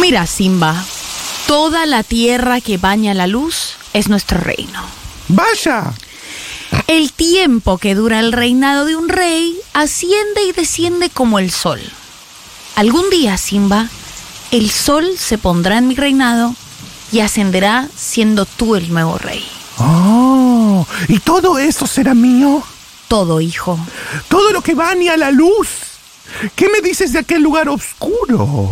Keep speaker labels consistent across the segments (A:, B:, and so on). A: Mira, Simba, toda la tierra que baña la luz es nuestro reino.
B: ¡Vaya!
A: El tiempo que dura el reinado de un rey asciende y desciende como el sol. Algún día, Simba, el sol se pondrá en mi reinado y ascenderá siendo tú el nuevo rey.
B: ¡Oh! ¿Y todo eso será mío?
A: Todo, hijo.
B: Todo lo que baña la luz. ¿Qué me dices de aquel lugar oscuro?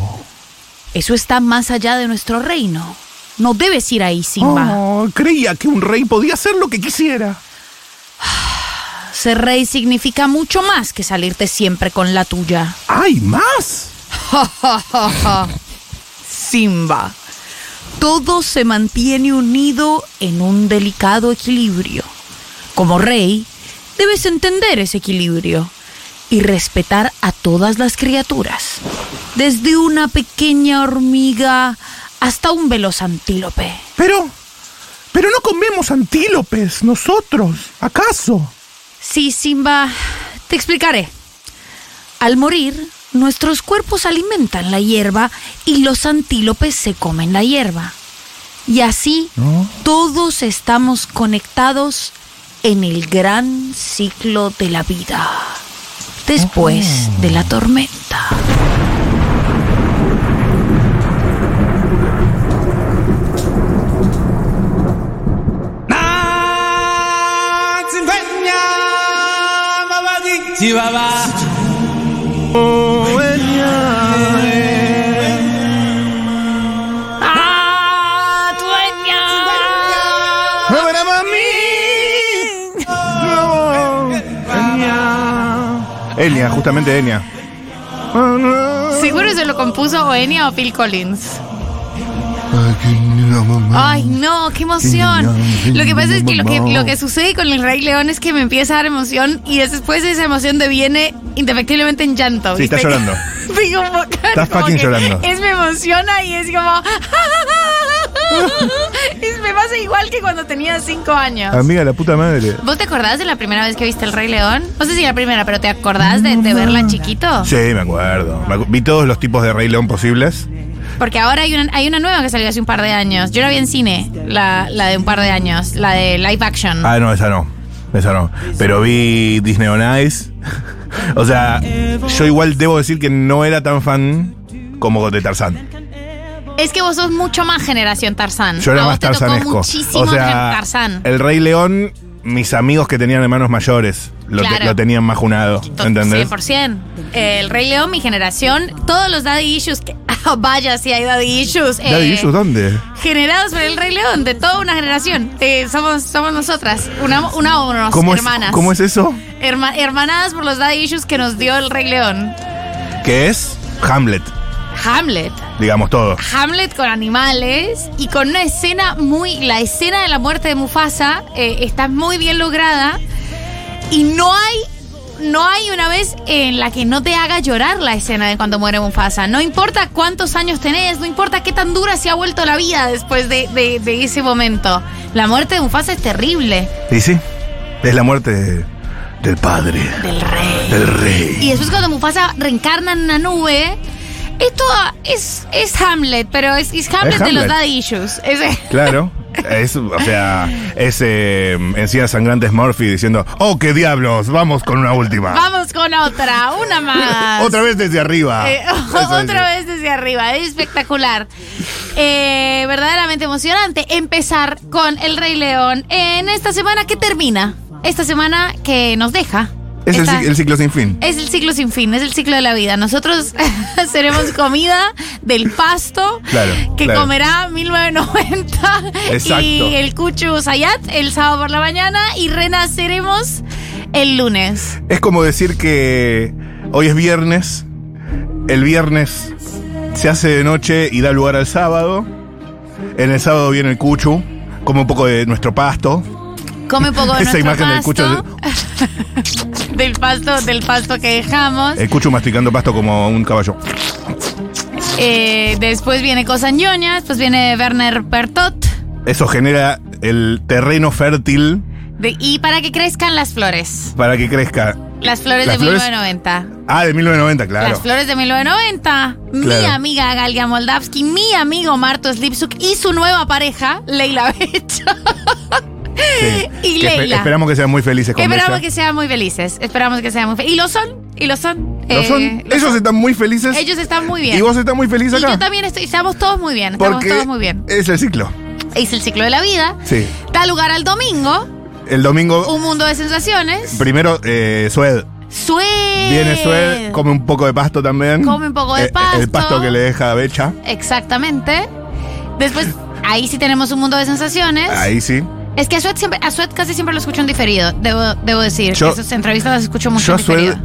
A: Eso está más allá de nuestro reino. No debes ir ahí, Simba.
B: Oh, creía que un rey podía hacer lo que quisiera.
A: Ser rey significa mucho más que salirte siempre con la tuya.
B: ¡Hay más!
A: Simba. Todo se mantiene unido en un delicado equilibrio. Como rey, debes entender ese equilibrio y respetar a todas las criaturas, desde una pequeña hormiga hasta un veloz antílope.
B: Pero. Pero no comemos antílopes nosotros, ¿acaso?
A: Sí, Simba, te explicaré. Al morir, nuestros cuerpos alimentan la hierba y los antílopes se comen la hierba. Y así
B: No.
A: todos estamos conectados en el gran ciclo de la vida, después
C: Oh.
A: de la tormenta.
B: Enya, justamente Enya.
C: Seguro se lo compuso o Enya o Phil Collins. Ay, no, qué emoción. Lo que pasa es que lo, que lo que sucede con el Rey León es que me empieza a dar emoción y después esa emoción deviene indefectiblemente en llanto.
B: Sí,
C: ¿viste?
B: está llorando.
C: Digo, como-
B: Está
C: como
B: fucking
C: que
B: llorando.
C: Es me emociona y es como. y me pasa igual que cuando tenía cinco años.
B: Amiga, la puta madre.
C: ¿Vos te acordás de la primera vez que viste el Rey León? No sé si la primera, pero ¿te acordás de, de verla chiquito?
B: Sí, me acuerdo. Me acu- Vi todos los tipos de Rey León posibles.
C: Porque ahora hay una, hay una nueva que salió hace un par de años. Yo la vi en cine, la, la de un par de años, la de live action.
B: Ah, no, esa no. Esa no. Pero vi Disney on Ice. o sea, yo igual debo decir que no era tan fan como de Tarzán.
C: Es que vos sos mucho más generación Tarzán.
B: Yo era
C: A vos
B: más
C: te tocó
B: tarzanesco.
C: muchísimo
B: o sea,
C: Tarzán.
B: El Rey León, mis amigos que tenían hermanos mayores lo, te-
C: Claro.
B: lo tenían majunado.
C: To-
B: ¿Entendés?
C: 100%. El Rey León, mi generación, todos los daddy issues que... ah, Vaya, si hay daddy issues. eh,
B: Daddy issues, ¿dónde?
C: Generados por el Rey León, de toda una generación. Eh, somos, somos nosotras, una, una o unos
B: ¿Cómo es,
C: hermanas.
B: ¿Cómo es eso?
C: Herma- hermanadas por los daddy issues que nos dio el Rey León.
B: Que es Hamlet,
C: Hamlet.
B: digamos todo.
C: Hamlet con animales y con una escena muy. La escena de la muerte de Mufasa eh, está muy bien lograda y no hay. No hay una vez en la que no te haga llorar la escena de cuando muere Mufasa. No importa cuántos años tenés, no importa qué tan dura se ha vuelto la vida después de, de- de ese momento. La muerte de Mufasa es terrible.
B: ¿Y sí? Es la muerte de- del padre,
C: Del rey.
B: del rey.
C: Y después cuando Mufasa reencarna en una nube, esto es, es Hamlet, pero es, es Hamlet de los
B: Hamlet.
C: daddy issues. Es-
B: Claro. Es, o sea, es eh, encías sangrantes Murphy diciendo, oh, qué diablos, vamos con una última.
C: Vamos con otra, una más.
B: Ah. Otra vez desde arriba.
C: Eh,
B: Eso es.
C: otra vez desde arriba, es espectacular. Eh, verdaderamente emocionante empezar con El Rey León en esta semana que termina. Esta semana que nos deja.
B: Es el,
C: Esta-
B: ci- el ciclo sin fin.
C: es el ciclo sin fin, es el ciclo de la vida. Nosotros seremos comida del pasto
B: Claro,
C: que
B: claro.
C: comerá 1990
B: Exacto.
C: y el Cuchu Sayat el sábado por la mañana y renaceremos el lunes.
B: Es como decir que hoy es viernes, el viernes se hace de noche y da lugar al sábado, en el sábado viene el cuchu, como un poco de nuestro pasto.
C: Come poco de
B: Esa
C: nuestro
B: imagen del cucho
C: pasto, del pasto, del pasto que dejamos.
B: El cuchu masticando pasto como un caballo.
C: Eh, después viene Cosas ñoñas, después viene Werner Pertot.
B: Eso genera el terreno fértil
C: De- y para que crezcan las flores.
B: Para que crezca.
C: Las flores
B: Las
C: de
B: flores-
C: 1990.
B: Ah, de 1990, claro.
C: Las flores de 1990. Mi
B: Claro.
C: amiga Galia Moldavsky, mi amigo Marto Slipsuk y su nueva pareja, Leila Becha.
B: Sí.
C: y
B: Que espe-
C: Leila.
B: esperamos que sean muy felices con
C: Esperamos
B: Becha.
C: que sean muy felices. Esperamos que sean muy felices. Y lo son, y lo son.
B: ¿Lo
C: Eh,
B: son?
C: lo
B: Ellos
C: son.
B: están muy felices.
C: Ellos están muy bien.
B: Y vos estás muy feliz
C: Y
B: acá.
C: yo también estoy. Estamos todos muy bien. Estamos
B: porque
C: todos muy bien.
B: es el ciclo.
C: Es el ciclo de la vida.
B: Sí.
C: Da lugar al domingo.
B: El domingo,
C: Un mundo de sensaciones.
B: primero, eh, Sued.
C: Sued.
B: Viene Sued, come un poco de pasto también.
C: Eh. Come un poco de
B: Eh, eh, El
C: pasto.
B: pasto que le deja a Becha.
C: Exactamente. Después, ahí sí tenemos un mundo de sensaciones.
B: Ahí sí.
C: Es que a Sued, siempre, a Sued casi siempre lo escucho en diferido, debo, debo decir.
B: Yo-
C: Esas entrevistas las escucho mucho
B: Yo a
C: en diferido.
B: Sued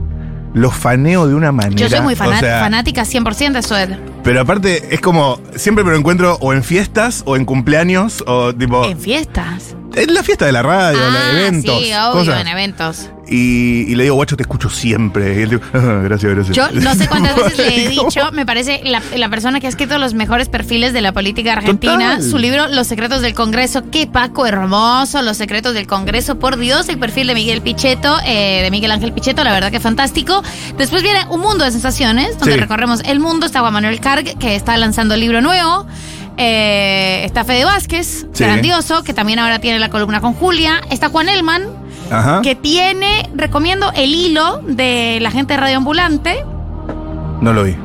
B: lo faneo de una manera.
C: Yo soy muy fana-
B: o sea,
C: fanática 100% de Sued.
B: Pero aparte, es como, siempre me lo encuentro o en fiestas o en cumpleaños o tipo.
C: En fiestas.
B: En la fiesta de la radio,
C: Eh. ah,
B: la de eventos.
C: sí, obvio,
B: cosas.
C: en eventos.
B: y, y le digo, guacho, te escucho siempre. Y él dice, "Ah, gracias, gracias.
C: Yo no sé cuántas veces le he
B: Como-
C: dicho, me parece la, la persona que ha escrito los mejores perfiles de la política argentina,
B: Total.
C: su libro Los secretos del Congreso, qué Paco hermoso, Los secretos del Congreso, por Dios, el perfil de Miguel Pichetto, eh, de Miguel Ángel Pichetto, la verdad que fantástico. Después viene Un Mundo de Sensaciones, donde
B: Sí.
C: recorremos el mundo, está Juan Manuel Carg, que está lanzando libro nuevo. eh, está Fede Vázquez,
B: Sí.
C: grandioso, que también ahora tiene la columna con Julia. Está Juan Elman,
B: Ajá.
C: que tiene, recomiendo el hilo de la gente de Radio Ambulante.
B: No lo vi.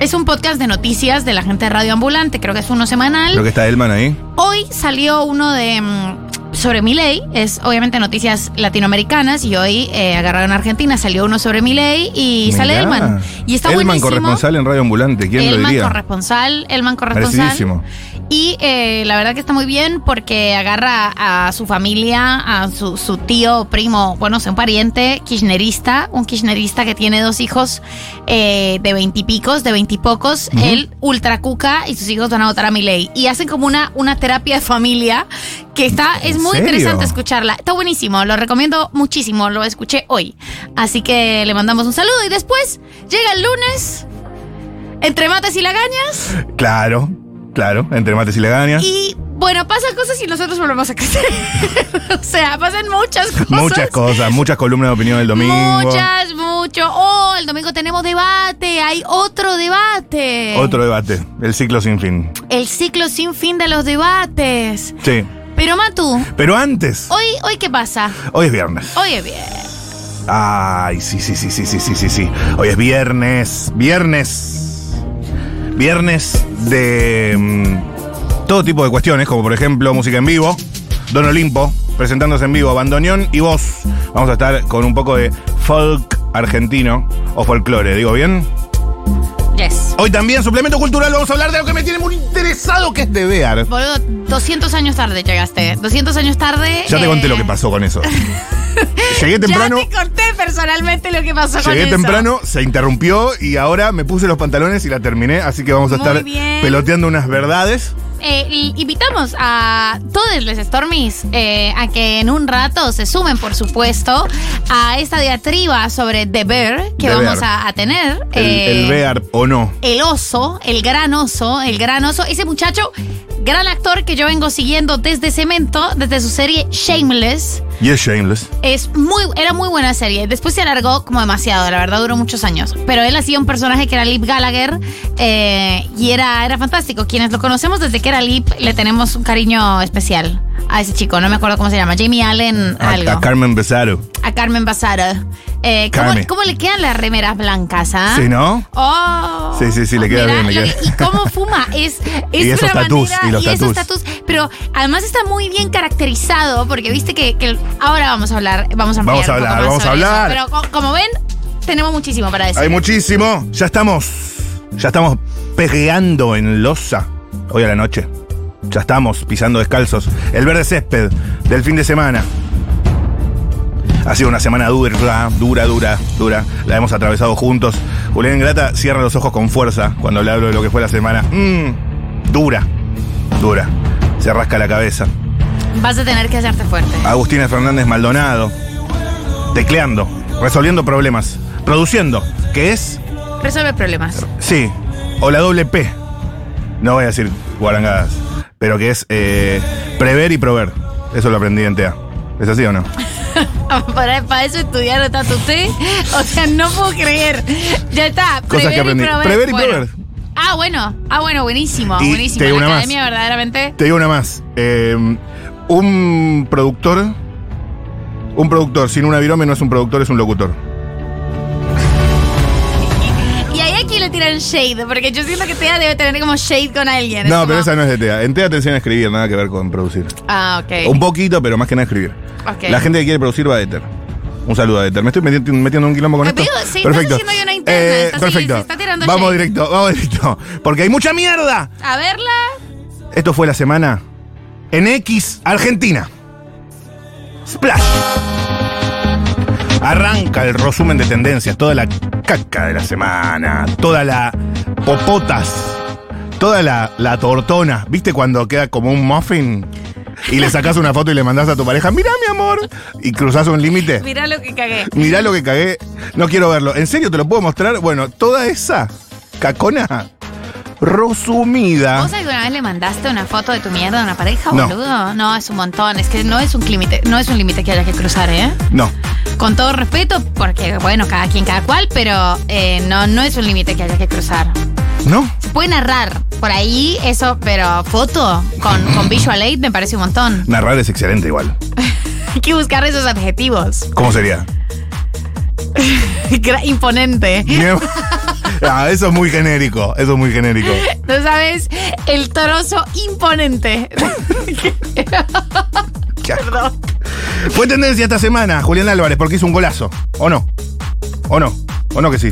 C: Es un podcast de noticias de la gente de Radio Ambulante, creo que es uno
B: Creo
C: semanal.
B: que está Elman ahí.
C: Hoy salió uno de mm, sobre Milei, es obviamente noticias latinoamericanas y hoy eh, agarraron a Argentina, salió uno sobre Milei y sale
B: Mirá.
C: Elman. Y está
B: Elman
C: buenísimo.
B: corresponsal en Radio Ambulante, ¿quién lo
C: Elman
B: diría?
C: corresponsal, Elman corresponsal.
B: Merecidísimo.
C: Y eh, la verdad que está muy bien porque agarra a su familia, a su, su tío, primo, bueno, es un pariente kirchnerista, un kirchnerista que tiene dos hijos eh, de veintipicos, de veintipocos,
B: Ujú.
C: él ultra cuca y sus hijos van a votar a Milei. Y hacen como una, una terapia de familia que está, es
B: ¿En
C: muy
B: serio?
C: interesante escucharla. Está buenísimo, lo recomiendo muchísimo, lo escuché hoy. Así que le mandamos un saludo y después llega el lunes, entre mates y lagañas.
B: Claro, claro, entre mates y legañas.
C: Y bueno, pasan cosas y nosotros volvemos a crecer. o sea, pasan muchas cosas.
B: Muchas cosas, muchas columnas de opinión del domingo.
C: Muchas, mucho. Oh, el domingo tenemos debate. Hay otro debate.
B: Otro debate, el ciclo sin fin.
C: El ciclo sin fin de los debates.
B: Sí.
C: Pero Matu,
B: Pero antes,
C: hoy, hoy qué pasa?
B: hoy es viernes.
C: Hoy es bien.
B: Ay, sí, sí, sí, sí, sí, sí, sí, sí. Hoy es viernes, viernes. Viernes de mm, todo tipo de cuestiones, como por ejemplo música en vivo, Don Olimpo presentándose en vivo, Bandoneón y vos. Vamos a estar con un poco de folk argentino o folclore, ¿digo bien?
C: Yes.
B: Hoy también, suplemento cultural, vamos a hablar de algo que me tiene muy interesado, que es de Bear.
C: Boludo, 200 años tarde llegaste. 200 años tarde.
B: Ya te
C: eh,
B: conté lo que pasó con eso. Llegué temprano.
C: Ya te conté personalmente lo que pasó con
B: Llegué
C: eso.
B: temprano, se interrumpió y ahora me puse los pantalones y la terminé, así que vamos a
C: Muy
B: estar
C: bien.
B: peloteando unas verdades.
C: Eh, y- invitamos a todos los Stormies eh, a que en un rato se sumen, por supuesto, a esta diatriba sobre The Bear que
B: The
C: vamos
B: Bear.
C: A, a tener.
B: El,
C: Eh,
B: el Bear o no.
C: el oso, el gran oso, el gran oso. Ese muchacho, gran actor que yo vengo siguiendo desde Cemento, desde su serie Shameless.
B: Y es shameless.
C: Es muy, era muy buena serie. Después se alargó como demasiado, la verdad duró muchos años. Pero él hacía un personaje que era Lip Gallagher eh, y era, era fantástico. Quienes lo conocemos desde que era Lip le tenemos un cariño especial a ese chico. No me acuerdo cómo se llama. Jamie Allen,
B: A,
C: algo.
B: Ah, a Carmen Besaro.
C: A Carmen Basara. Eh, ¿cómo,
B: Carmen.
C: cómo le quedan las remeras blancas? ah?
B: ¿Sí, no?
C: Oh,
B: Sí, sí, sí, le queda bien, le
C: lo
B: queda
C: que- ¿Y cómo fuma? Es, es
B: Y esos
C: una
B: tatús,
C: manera-
B: y los
C: esos
B: tatús.
C: tatús. Pero además está muy bien caracterizado, porque viste que, que el- ahora vamos a hablar, vamos a ampliar
B: Vamos a
C: un poco
B: hablar,
C: más
B: vamos a
C: sobre eso.
B: hablar.
C: pero co- como ven, tenemos muchísimo para decir.
B: Hay muchísimo. Ya estamos. Ya estamos pegueando en losa hoy a la noche. Ya estamos pisando descalzos. El verde césped del fin de semana. Ha sido una semana dura, dura, dura, dura. La hemos atravesado juntos. Julián Ingrata cierra los ojos con fuerza cuando le hablo de lo que fue la semana. Mm, dura, dura. Se rasca la cabeza.
C: Vas a tener que hacerte fuerte.
B: Agustina Fernández Maldonado. Tecleando, resolviendo problemas, produciendo, que es
C: Resuelve problemas.
B: Sí, o la doble P. No voy a decir guarangadas, pero que es eh, prever y proveer. Eso lo aprendí en TEA. ¿Es así o no?
C: Para, para eso estudiaron tanto usted. O sea, no puedo creer. Ya está.
B: Cosas que aprendí. Prever y
C: Bueno.
B: prover.
C: Ah, bueno. Ah, bueno, buenísimo.
B: Y
C: buenísimo.
B: te digo
C: la
B: una
C: academia
B: más.
C: verdaderamente.
B: Te digo una más. Eh, un productor. Un productor sin un virome no es un productor, es un locutor.
C: Y ahí aquí le tiran shade, porque yo siento que Tea debe tener como shade con alguien.
B: No,
C: como-
B: pero esa no es de TEA. En TEA te enseñan a escribir, nada que ver con producir.
C: Ah, ok.
B: Un poquito, pero más que nada escribir.
C: Ok.
B: Oh, La gente que quiere producir va a Ether. Un saludo a Ether. Me estoy metiendo, metiendo un quilombo con esto.
C: Te
B: Eh,
C: digo, sí, estás haciendo ahí una interna, estás ahí,
B: perfecto.
C: se está tirando
B: vamos
C: shade.
B: directo, vamos directo. Porque hay mucha mierda.
C: A verla.
B: Esto fue la semana en X Argentina. Splash. Arranca el resumen de tendencias, toda la caca de la semana, toda la popotas, toda la, la tortona. ¿Viste cuando queda como un muffin? Y le sacás una foto y le mandás a tu pareja, mirá mi amor, y cruzás un límite.
C: Mirá lo que cagué.
B: Mirá lo que cagué. No quiero verlo. ¿En serio te lo puedo mostrar? Bueno, toda esa cacona resumida.
C: ¿Vos alguna vez le mandaste una foto de tu mierda a una pareja,
B: Ah. No.
C: boludo? No, es un montón. Es que no es un límite, no es un límite que haya que cruzar, ¿eh?
B: No.
C: Con todo respeto, porque bueno, cada quien, cada cual, pero eh, no, no es un límite que haya que cruzar.
B: ¿No?
C: Se puede narrar por ahí eso, pero foto con, con visual aid me parece un montón.
B: Narrar es excelente igual.
C: Hay que buscar esos adjetivos.
B: ¿Cómo sería?
C: Gra- Imponente.
B: Bien. Ah, eso es muy genérico. Eso es muy genérico.
C: No sabes, el toroso imponente.
B: Ya. Fue tendencia esta semana Julián Álvarez porque hizo un golazo. ¿O no? ¿O no? ¿O no que sí?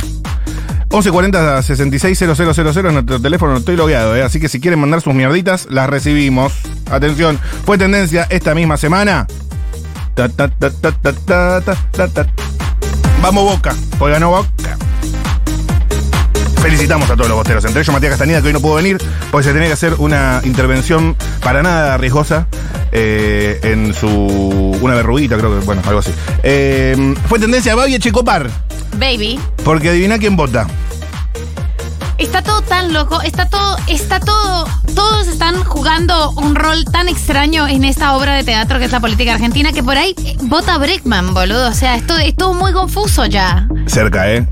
B: 1140 660000 es nuestro teléfono, no estoy logueado, ¿eh? así que si quieren mandar sus mierditas, las recibimos. Atención, fue tendencia esta misma semana. Ta, ta, ta, ta, ta, ta, ta, ta, ta. Vamos Boca, hoy ganó Boca. Felicitamos a todos los bosteros, entre ellos Matías Castañeda, que hoy no pudo venir, porque se tenía que hacer una intervención para nada riesgosa eh, en su. una verruguita, creo que, bueno, algo así. Eh, fue tendencia a Babi Checopar,
C: Baby.
B: porque adivina quién vota.
C: Está todo tan loco, está todo, está todo, todos están jugando un rol tan extraño en esta obra de teatro que es la política argentina que por ahí eh, vota Breckman, boludo. O sea, esto es todo muy confuso ya.
B: Cerca, ¿eh?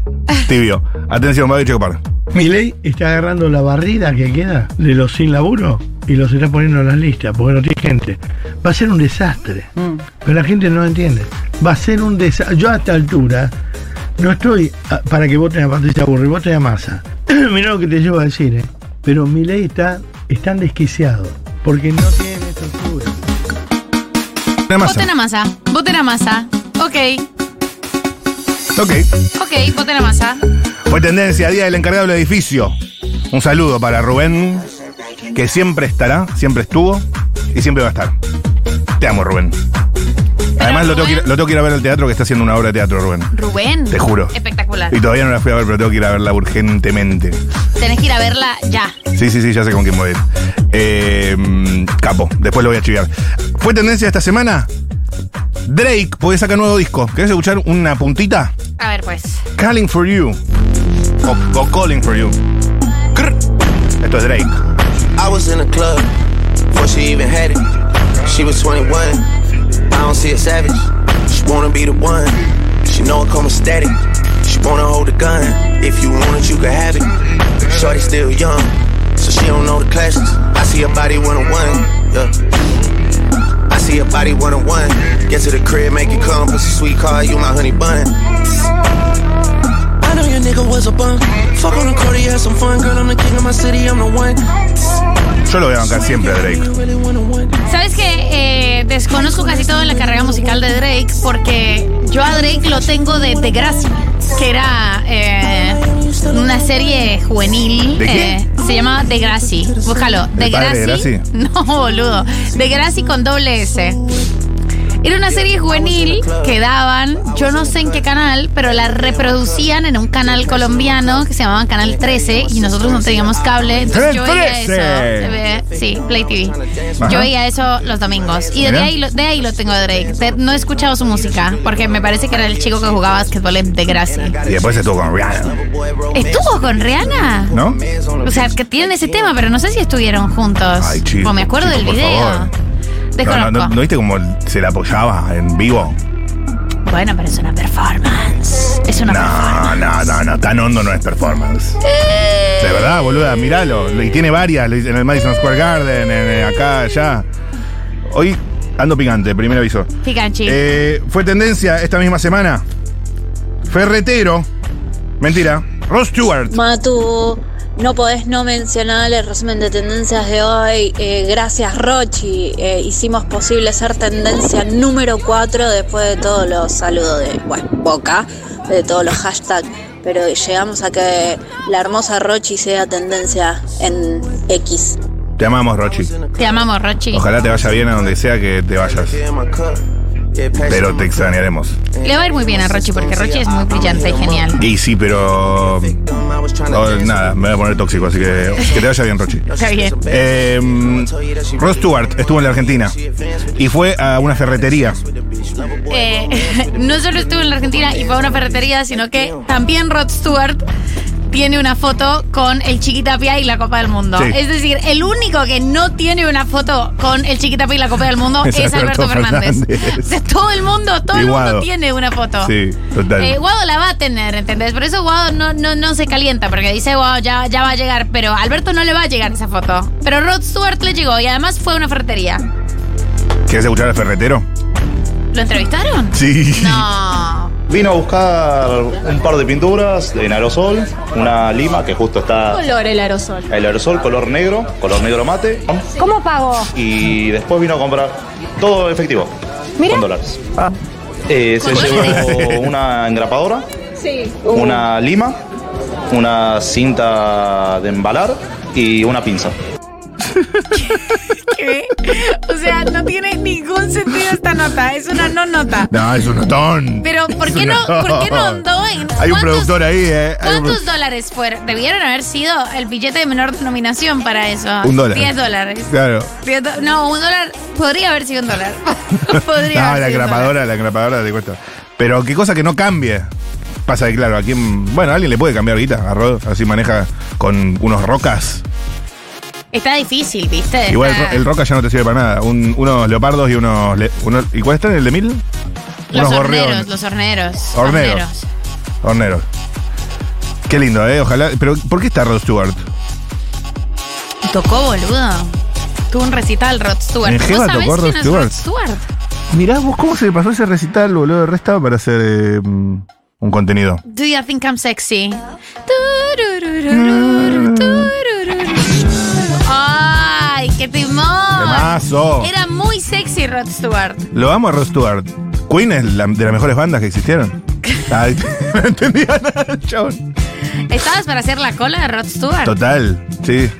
B: Tibio. Atención, Babi Checopar.
D: Milei está agarrando la barrida que queda de los sin laburo y los está poniendo en las listas porque no tiene gente. Va a ser un desastre. Pero la gente no lo entiende. Va a ser un desastre. Yo a esta altura no estoy ah, para que voten a Patricia Burri, voten a Massa. Mirá lo que te llevo a decir, ¿eh? Pero Milei está, están desquiciados porque no tienen estructura.
B: Una masa.
C: Voten a masa, voten a masa. Ok,
B: Ok.
C: ok, voten a masa.
B: Fue tendencia, día del encargado del edificio. Un saludo para Rubén, que siempre estará, siempre estuvo y siempre va a estar. Te amo, Rubén. Además, lo tengo, que ir,
C: Rubén-
B: lo tengo que ir a ver al teatro que está haciendo una obra de teatro, Rubén.
C: Rubén.
B: Te juro.
C: Espectacular.
B: Y todavía no la fui a ver, pero tengo que ir a verla urgentemente.
C: Tenés que ir a verla ya.
B: Sí, sí, sí, ya sé con quién voy a ir. Eh, mm, capo, después lo voy a chiviar. ¿Fue tendencia esta semana? Drake, porque saca nuevo disco. ¿Querés escuchar una puntita?
C: A ver, pues.
B: Calling for You. O, o Calling for You. Crr. Esto es Drake.
E: I was in the club before she even had it. She was 21. I don't see a savage. She wanna be the one. She know it come static. She wanna hold a gun. If you want it, you can have it. Shorty still young, so she don't know the classics. I see her body one on one. Yeah. I see her body one on one. Get to the crib, make it come. Pussy sweet car, you my honey bun. I know your nigga was a bum. Fuck on the Cody, have some fun. Girl, I'm the king of my city, I'm the one.
B: Yo lo voy a bancar siempre a Drake.
C: Sabes que desconozco casi todo en la carrera musical de Drake porque yo a Drake lo tengo de Degrassi, que era eh, una serie juvenil.
B: ¿De qué?
C: eh, se llamaba Degrassi. Búscalo.
B: ¿El padre de
C: Degrassi.
B: Degrassi?
C: No, boludo. Degrassi con doble S. Era una serie juvenil que daban, yo no sé en qué canal, pero la reproducían en un canal colombiano que se llamaba Canal 13 y nosotros no teníamos cable.
B: ¡Canal
C: Entonces yo veía eso.
B: 13.
C: Se ve- Sí, Play TV.
B: Ajá.
C: Yo veía eso los domingos. Y de
B: Mira.
C: ahí, lo- de ahí lo tengo de Drake. De- no he escuchado su música porque me parece que era el chico que jugaba basquetbol en Degrassi.
B: Y después estuvo con Rihanna.
C: ¿Estuvo con Rihanna?
B: ¿No?
C: O sea, que tienen ese tema, pero no sé si estuvieron juntos.
B: Ay, chico,
C: o me acuerdo
B: chico,
C: del
B: por
C: video.
B: favor. No, no,
C: Desconozco.
B: no- ¿no viste cómo se la apoyaba en vivo?
A: Bueno, pero es una performance. Es una
B: No, no, no, no, tan hondo no es performance. De verdad, boluda, miralo. Y tiene varias, le- en el Madison Square Garden, en, en acá, allá. Hoy ando picante, primer aviso.
C: Picanchi.
B: Eh, fue tendencia esta misma semana. Ferretero. Mentira. Ross Stewart.
F: Matu, no podés no mencionar el resumen de tendencias de hoy. Eh, gracias, Rochi. Eh, hicimos posible ser tendencia número 4 después de todos los saludos de, bueno, boca, de todos los hashtags. Pero llegamos a que la hermosa Rochi sea tendencia en X.
B: Te amamos, Rochi.
C: Te amamos, Rochi.
B: Ojalá te vaya bien a donde sea que te vayas. Pero te extrañaremos.
C: Le va a ir muy bien a Rochi porque Rochi es muy brillante y genial.
B: Y sí, pero. no, nada, me voy a poner tóxico, así que que te vaya bien, Rochi.
C: Está bien.
B: Eh, Ross Stewart estuvo en la Argentina y fue a una ferretería.
C: Eh, no solo estuvo en la Argentina y fue a una ferretería, sino que también Rod Stewart tiene una foto con el Chiquitapia y la Copa del Mundo.
B: Sí.
C: Es decir, el único que no tiene una foto con el Chiquitapia y la Copa del Mundo es, Alberto, Fernández.
B: Fernández.
C: O sea, todo el mundo, todo
B: Y
C: el mundo
B: Guado.
C: tiene una foto.
B: Sí, total.
C: Eh, Guado la va a tener, ¿entendés? Por eso Guado no, no, no se calienta, porque dice, wow, ya, ya va a llegar, pero a Alberto no le va a llegar esa foto. Pero Rod Stewart le llegó y además fue a una ferretería.
B: ¿Quieres escuchar al ferretero?
C: ¿Lo entrevistaron?
B: Sí.
C: No.
G: Vino a buscar un par de pinturas en aerosol, una lima que justo está
E: color el aerosol?
G: el aerosol color negro, color negro mate,
E: ¿Cómo pago?
G: y después vino a comprar todo efectivo,
E: Mira.
G: con dólares.
E: Ah.
G: Eh, se
C: ¿Con
G: llevó una engrapadora,
E: Sí.
G: una lima, una cinta de embalar y una pinza.
C: ¿Qué? O sea, no tiene ningún sentido esta nota. Es una no nota.
B: No, es un notón.
C: Pero, ¿por
B: Es
C: qué
B: un
C: no-
B: notón.
C: por qué no andó
B: Hay
C: en-
B: un
C: ¿Cuántos-
B: productor ahí, ¿eh? Hay un
C: ¿Cuántos dólares fueron? Debieron haber sido el billete de menor denominación para eso.
B: Un dólar.
C: 10 dólares.
B: Claro.
C: Diez do- No, un dólar. Podría haber sido un dólar. Podría
B: No,
C: haber
B: la
C: sido un
B: grapadora, la grapadora te cuesta. Pero qué cosa que no cambie. Pasa que, claro, aquí. Bueno, alguien le puede cambiar guita a Rod, así maneja con unos rocas.
C: dólar. Está difícil, ¿viste?
B: Igual el,
C: Está-
B: ro- el roca ya no te sirve para nada. Un- unos leopardos y unos, le- unos- ¿Y cuál está? ¿El de mil?
C: los
B: unos
C: horneros,
B: gorriones.
C: los horneros.
B: Horneros. Horneros. Qué lindo, ¿eh? Ojalá. Pero, ¿por qué está Rod Stewart?
C: Tocó, boludo. Tuvo un recital Rod Stewart.
B: En
C: ¿Vos
B: Jeva
C: sabés
B: tocó Rod
C: quién es
B: Stewart.
C: Rod Stewart?
B: Mirá vos cómo se le pasó ese recital, boludo, de resta para hacer eh, mm, un contenido.
C: Do you think I'm sexy? Turururururu, tururururu. ¡Ay, qué timón!
B: ¡Temazo!
C: Era muy sexy Rod Stewart.
B: Lo amo a Rod Stewart. Queen es la- de las mejores bandas que existieron. Ay, no entendía nada, chabón.
C: ¿Estabas para hacer la cola de Rod Stewart?
B: Total, sí.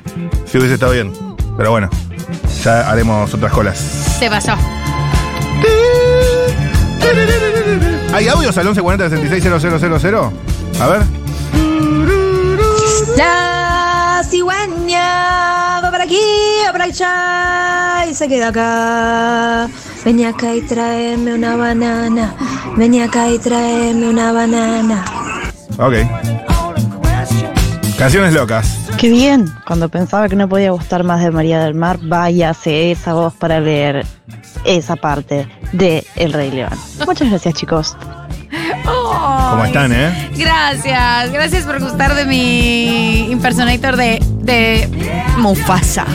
B: Sí hubiese estado bien. Pero bueno, ya haremos otras colas.
C: Se pasó.
B: ¿Hay audios al 1140 660000? A ver.
H: La cigüeña va para aquí, va para allá y se queda acá. Ven acá y tráeme una banana. Ven acá y tráeme una banana.
B: Ok. Canciones locas.
I: Qué bien. Cuando pensaba que no podía gustar más de María del Mar, váyase esa voz para leer esa parte de El Rey León. Muchas gracias, chicos.
B: ¿Cómo
C: ¿Cómo
B: están, eh?
C: Gracias, gracias por gustar de mi impersonator de, de Mufasa.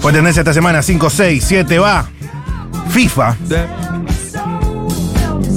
B: Fue tendencia esta semana 5, 6, 7, va. FIFA.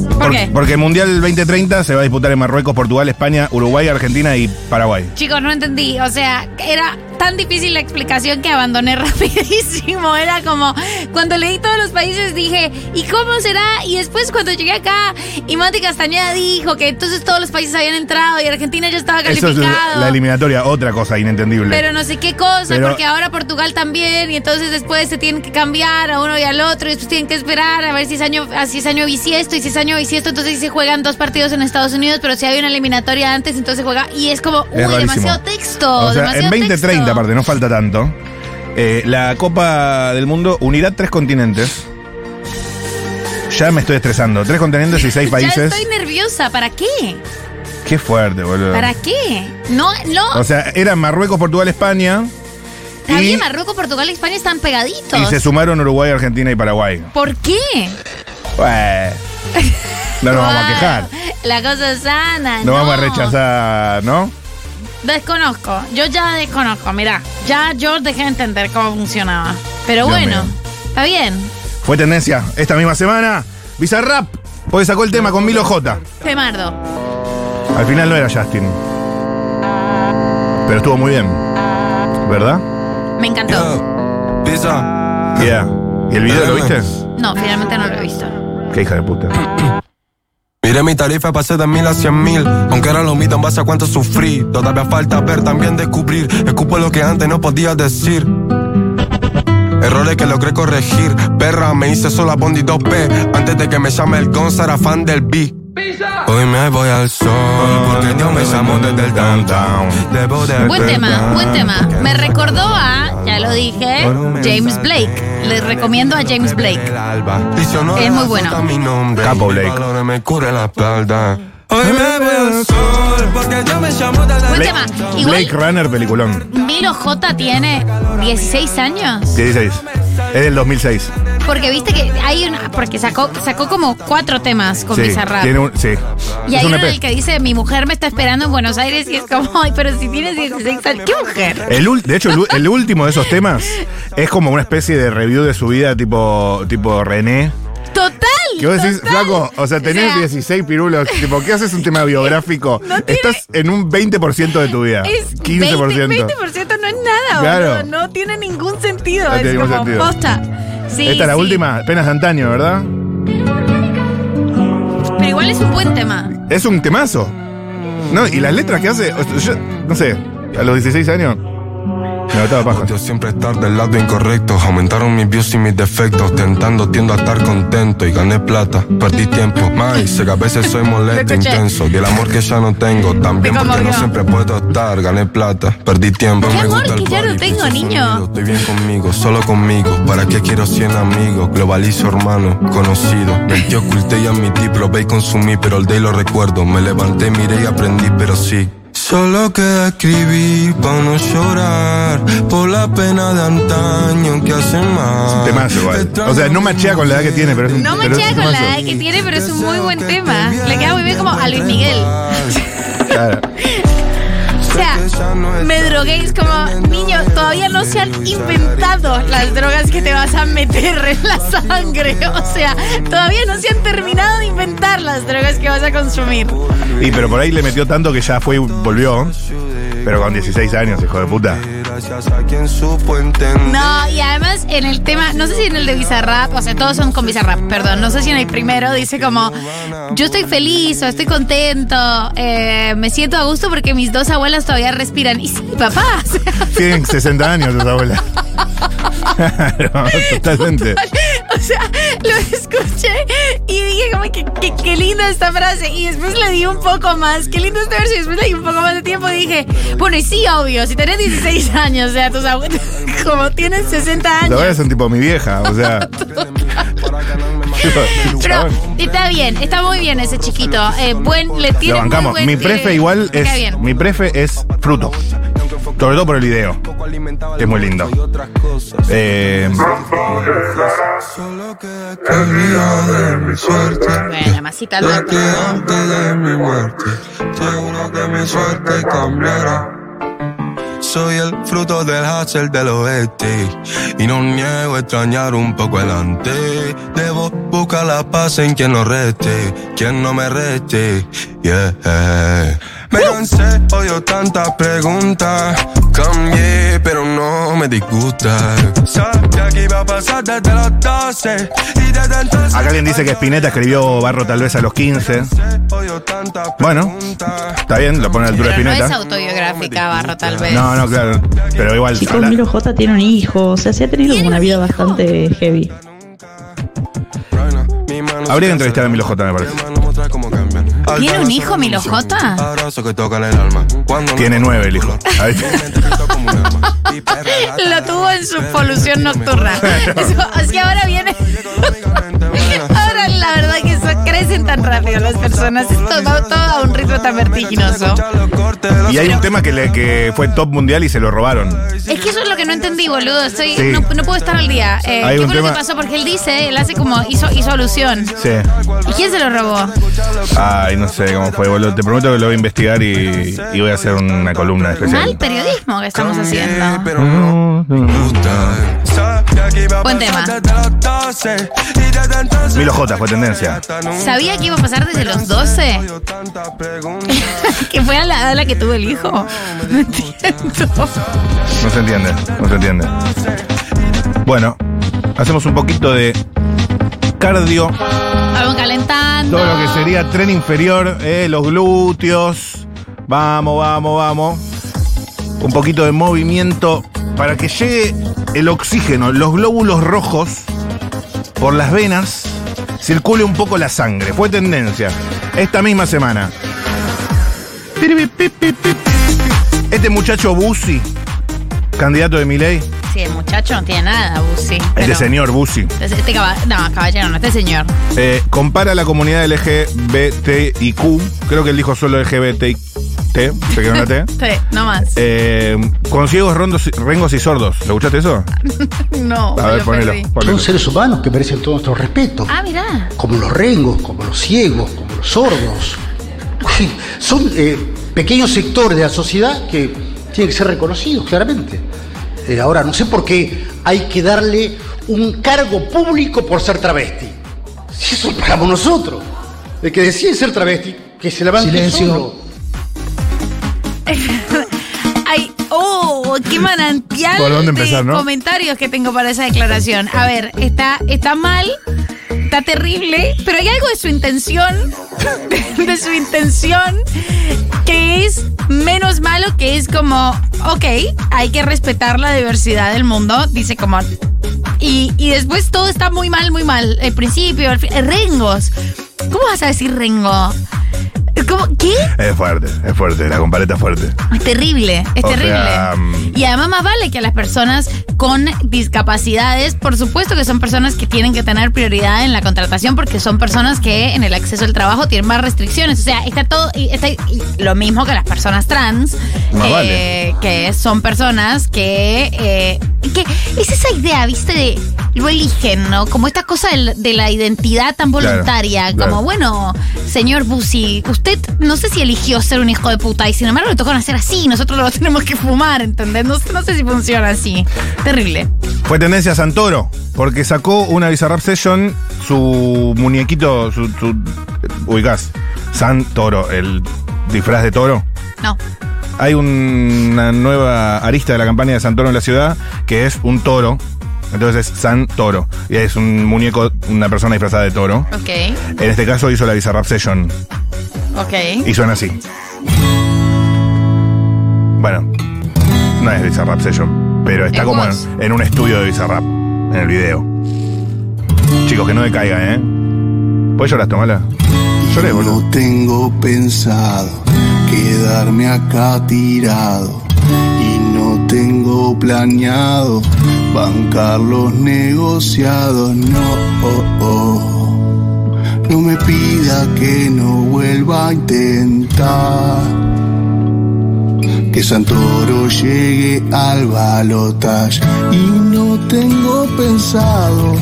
C: ¿Por
B: Por-
C: qué?
B: Porque el Mundial 2030 se va a disputar en Marruecos, Portugal, España, Uruguay, Argentina y Paraguay.
C: Chicos, no entendí. O sea, era tan difícil la explicación que abandoné rapidísimo. Era como, cuando leí todos los países dije, ¿y cómo será? Y después cuando llegué acá y Mati Castañeda dijo que entonces todos los países habían entrado y Argentina ya estaba
B: Eso es
C: calificado.
B: la, la eliminatoria, otra cosa inentendible.
C: pero no sé qué cosa,
B: Pero-
C: porque ahora Portugal también, y entonces después se tienen que cambiar a uno y al otro, y después tienen que esperar a ver si es año, a si es año bisiesto, y si es año bisiesto, entonces se juegan dos partidos en Estados Unidos, pero si hay una eliminatoria antes, entonces se juega, y es como, uy,
B: Es rarísimo.
C: demasiado texto.
B: o sea, en
C: demasiado
B: 2030,
C: texto.
B: aparte, no falta tanto. eh, la Copa del Mundo unirá tres continentes. Ya me estoy estresando. Tres continentes y seis
C: Ya
B: países.
C: estoy nerviosa, ¿para qué?
B: Qué fuerte, boludo.
C: ¿Para qué? No, no,
B: O sea, eran Marruecos, Portugal, España.
C: Está
B: Ah, Y-
C: bien, Marruecos, Portugal y España están pegaditos.
B: Y se sumaron Uruguay, Argentina y Paraguay.
C: ¿Por qué?
B: Bueno, no nos vamos a
C: Wow,
B: quejar.
C: Ah, La cosa sana.
B: No vamos a rechazar, ¿no?
C: Desconozco. Yo ya desconozco. Mirá, ya yo dejé de entender cómo funcionaba. Pero
B: Dios
C: bueno,
B: mío.
C: está bien.
B: Fue tendencia esta misma semana. Bizarrap, porque sacó el tema con Milo J.
C: Temardo.
B: Al final no era Justin. Pero estuvo muy bien. ¿Verdad?
C: Me encantó.
B: Yeah. ¿Y el video lo viste?
C: No, finalmente no lo he visto.
B: Qué hija de puta.
E: Mire mi tarifa, pasé de mil a cien mil. Aunque ahora lo midan, vas a cuánto sufrí. Todavía falta ver, también descubrir. Escupo lo que antes no podía decir. Errores que logré corregir. Perra, me hice sola Bondi 2P. Antes de que me llame el Gonza, era fan del B. Hoy me voy al sol, porque Dios me llamó desde el downtown. Debo de
C: Buen tema,
E: verdad,
C: buen tema.
E: porque
C: Me
E: no
C: recordó
E: saca
C: a, ya lo dije,
E: por un
C: ¿eh? James
E: mensaje
C: Blake. Les
E: de
C: recomiendo a
E: que
C: James
E: me
C: Blake.
E: prende el alba. Dice, "No
C: Es
E: le
C: muy
E: asusta
C: bueno.
E: mi nombre,
B: Capo
E: mis
B: Blake.
E: valores me cubre la espalda. Hoy me veo el sol, porque yo me llamo desde
C: Buen
E: el-
C: tema.
B: Blake
C: Igual,
B: Runner, peliculón.
C: Milo J tiene 16 años.
B: 16. Es del 2006.
C: Porque viste que hay una. Porque sacó, sacó como cuatro temas con
B: sí,
C: Bizarrap.
B: tiene un, sí.
C: Y
B: Es
C: hay
B: un
C: uno en
B: EP.
C: el que dice: Mi mujer me está esperando en Buenos Aires. Y es como: Ay, pero si tienes 16 años, ¿qué mujer?
B: El ul- de hecho, el, u- el último de esos temas es como una especie de review de su vida tipo, tipo René.
C: Total.
B: Que vos decís,
C: total.
B: flaco, o sea, tenés
C: O sea,
B: 16 pirulos. Tipo, ¿qué haces un tema biográfico?
C: No tiene-
B: Estás en un 20% de tu vida.
C: Es
B: 15%.
C: 20%, 20% no es nada,
B: Claro.
C: boludo. No tiene ningún sentido.
B: No
C: es
B: tiene ningún
C: como
B: sentido.
C: posta. Sí,
B: Esta es la
C: sí.
B: última, penas de antaño, ¿verdad?
C: Pero igual es un buen tema.
B: Es un temazo. No, y las letras que hace, o sea, yo, no sé, a los 16 años me botaba paja.
E: Odio siempre estar del lado incorrecto. Aumentaron mis views y mis defectos. Tentando, tiendo a estar contento. Y gané plata, perdí tiempo. Más, sé que a veces soy molesto,
C: Lo escuché.
E: intenso. Y el amor que ya no tengo. También
C: Me
E: porque no
C: conmovió.
E: siempre puedo estar. Gané plata, perdí tiempo.
C: ¿Qué
E: Me
C: amor
E: gusta el
C: que ya no
E: party,
C: tengo,
B: pues,
E: pienso
C: niño?
E: sonido. Estoy bien conmigo, solo conmigo. ¿Para qué quiero 100 amigos? Globalizo, hermano, conocido. Yo oculté y admití, probé y consumí, pero el day lo recuerdo. Me levanté, miré y aprendí, pero sí. Solo queda escribir para no llorar por la pena de antaño que hace mal.
B: Temazo igual. O sea, no machea con la edad que tiene, pero es un
C: No
B: pero es
C: machea
B: un
C: con la
B: temazo.
C: edad que tiene, pero es un muy buen tema. Le queda muy bien como a Luis Miguel.
B: Claro.
C: O sea, me droguéis como niño. Todavía no se han inventado las drogas que te vas a meter en la sangre. O sea, todavía no se han terminado de inventar las drogas que vas a consumir.
B: Y pero por ahí le metió tanto que ya fue y volvió. Pero con 16 años, hijo de puta.
E: Gracias a quien supo entender.
C: No, y además en el tema, no sé si en el de Bizarrap, o sea, todos son con Bizarrap, perdón, no sé si en el primero dice como, yo estoy feliz o estoy contento, eh, me siento a gusto porque mis dos abuelas todavía respiran. Y sí, papá, o sea,
B: Tienen 60 años tus abuelas. Claro, totalmente.
C: O sea, lo escuché y dije como que que- qué linda esta frase. Y después le di un poco más, qué lindo este verso. Y después le di un poco más de tiempo y dije, bueno, y sí, obvio, si tenés 16 años, o sea, tus abuelos, como tienes 60
B: Las
C: años.
B: abuelas son tipo mi vieja, o sea. tipo,
C: Pero
B: chabón.
C: está bien, está muy bien ese chiquito. Eh, buen, le tiene
B: Lo
C: muy
B: bancamos.
C: buen-
B: Mi prefe
C: eh,
B: igual
C: le cae
B: es.
C: bien.
B: Mi prefe es fruto. Sobre todo por el video. Es muy lindo. Eh,
E: Solo queda que olvidar de mi suerte.
C: Bueno, masita
E: Ya que
C: loca.
E: antes de mi muerte, seguro que mi suerte cambiará. Soy el fruto del hassle del oeste y no niego extrañar un poco el antes. Debo buscar la paz en quien no reste, quien no me reste. Yeah. Me cansé, odio tantas preguntas. Cambié, pero no me disgusta. Sabía que iba a pasar desde los 12 y desde entonces.
B: acá alguien dice que Spinetta escribió Barro tal vez a los 15. Bueno, Está bien, lo pone a la altura de
C: Pero no es
B: Spinetta.
C: autobiográfica, Barro, tal vez.
B: No, no, claro. Pero igual.
I: Chicos,
B: habla-
I: Miro J tiene un hijo, o sea, se ha tenido
C: ¿Tiene
I: como una
C: un
I: vida
C: hijo?
I: bastante heavy.
B: Habría que entrevistar a Milo J, me parece.
C: ¿Tiene un hijo, Milo J?
B: Tiene nueve el hijo. A ver.
C: Lo tuvo en su polución nocturna. Eso, así ahora viene. Ahora la verdad que eso crecen cambian tan rápido las personas. Esto va todo a Ah, un ritmo tan vertiginoso.
B: Y hay un tema que, le, que fue top mundial y se lo robaron.
C: Es que eso es lo que no entendí, boludo. Estoy,
B: Sí.
C: no, no puedo estar al día. Eh,
B: Hay
C: ¿Qué
B: un
C: fue lo que
B: tema-
C: pasó? Porque él dice, él hace como, hizo, hizo alusión.
B: Sí.
C: ¿Y quién se lo robó?
B: Ay, no sé cómo fue, boludo. Te prometo que lo voy a investigar y, y voy a hacer una columna
C: Mal
B: especial.
C: periodismo que estamos haciendo.
E: Pero no
B: Mm.
E: gusta. Sabía que iba a
C: Buen tema.
E: pasar desde los 12, y desde entonces
B: Milo J fue tendencia.
E: hasta nunca.
C: ¿Sabía que iba a pasar desde los 12?
E: Yo tantas preguntas.
C: que fue a la edad a la que tuvo el hijo. No entiendo.
B: No se entiende, no se entiende. Bueno, hacemos un poquito de cardio.
C: Vamos calentando.
B: Todo lo que sería tren inferior, eh, los glúteos. Vamos, vamos, vamos. Un poquito de movimiento para que llegue el oxígeno, los glóbulos rojos por las venas, circule un poco la sangre. Fue tendencia esta misma semana. Este muchacho Bussi, candidato de Miley,
C: Sí, el muchacho no tiene nada, Busi.
B: este señor Bussi,
C: Este, este caba- no, caballero, no, este señor.
B: Eh, compara a la comunidad LGBTIQ, creo que él dijo solo LGBTIQ, se quedó una T,
C: Este, no más.
B: eh, con ciegos, rondos, y- rengos y sordos. ¿Lo escuchaste eso?
C: no,
B: A
C: me
B: ver,
C: lo
B: ponelo.
C: perdí.
B: ponelo.
D: seres humanos que merecen todo nuestro respeto,
C: Ah, mirá.
D: como los rengos, como los ciegos, como los sordos. Son eh, pequeños sectores de la sociedad que tienen que ser reconocidos, claramente. Eh, ahora, no sé por qué hay que darle un cargo público por ser travesti. Si eso pagamos nosotros. El que decide ser travesti, que se levante solo.
C: Ay, oh, qué manantial
B: ¿Por dónde empezar,
C: de
B: no?
C: comentarios que tengo para esa declaración. A ver, está, está mal, está terrible, pero hay algo de su intención, de, de su intención, que es menos malo, que es como, ok, hay que respetar la diversidad del mundo, dice como... Y, y después todo está muy mal, muy mal. El principio, el fin- eh, Rengos. ¿Cómo vas a decir rengo? ¿Cómo? ¿Qué?
B: Es fuerte, es fuerte, la compareta es fuerte.
C: Es terrible, es
B: O
C: terrible.
B: sea, mm.
C: y además más vale que a las personas con discapacidades, por supuesto que son personas que tienen que tener prioridad en la contratación porque son personas que en el acceso al trabajo tienen más restricciones. O sea, está todo, y- está y- lo mismo que las personas trans, eh,
B: Más
C: que son personas que, eh, que es esa idea, viste, de lo eligen, ¿no? Como esta cosa del- de, la identidad tan
B: Claro,
C: voluntaria, como
B: claro.
C: bueno, señor Busi, usted no sé si eligió ser un hijo de puta y sin embargo le tocó hacer así, nosotros lo tenemos que fumar, ¿entendés? No, sé- no sé si funciona así. Terrible.
B: Fue tendencia Santoro, porque sacó una Bizarrap Session, su muñequito, su, su ubicás, Santoro, el disfraz de toro.
C: No.
B: Hay un- una nueva arista de la campaña de Santoro en la ciudad, que es un toro. Entonces es San Toro. Y es un muñeco, una persona disfrazada de toro.
C: Ok,
B: En este caso hizo la Bizarrap Session.
C: ok.
B: Y suena así. Bueno, no es Bizarrap Session, pero está
C: Es
B: como
C: voz.
B: en, en un estudio de Bizarrap, en el video. Chicos, que no decaigan, ¿eh? ¿Puedes llorar, Tomala? Lloré, boludo.
J: No tengo pensado quedarme acá tirado y no tengo planeado bancar los negociados. No, oh, oh. no me pida que no vuelva a intentar que Santoro llegue al balotaje y no tengo pensado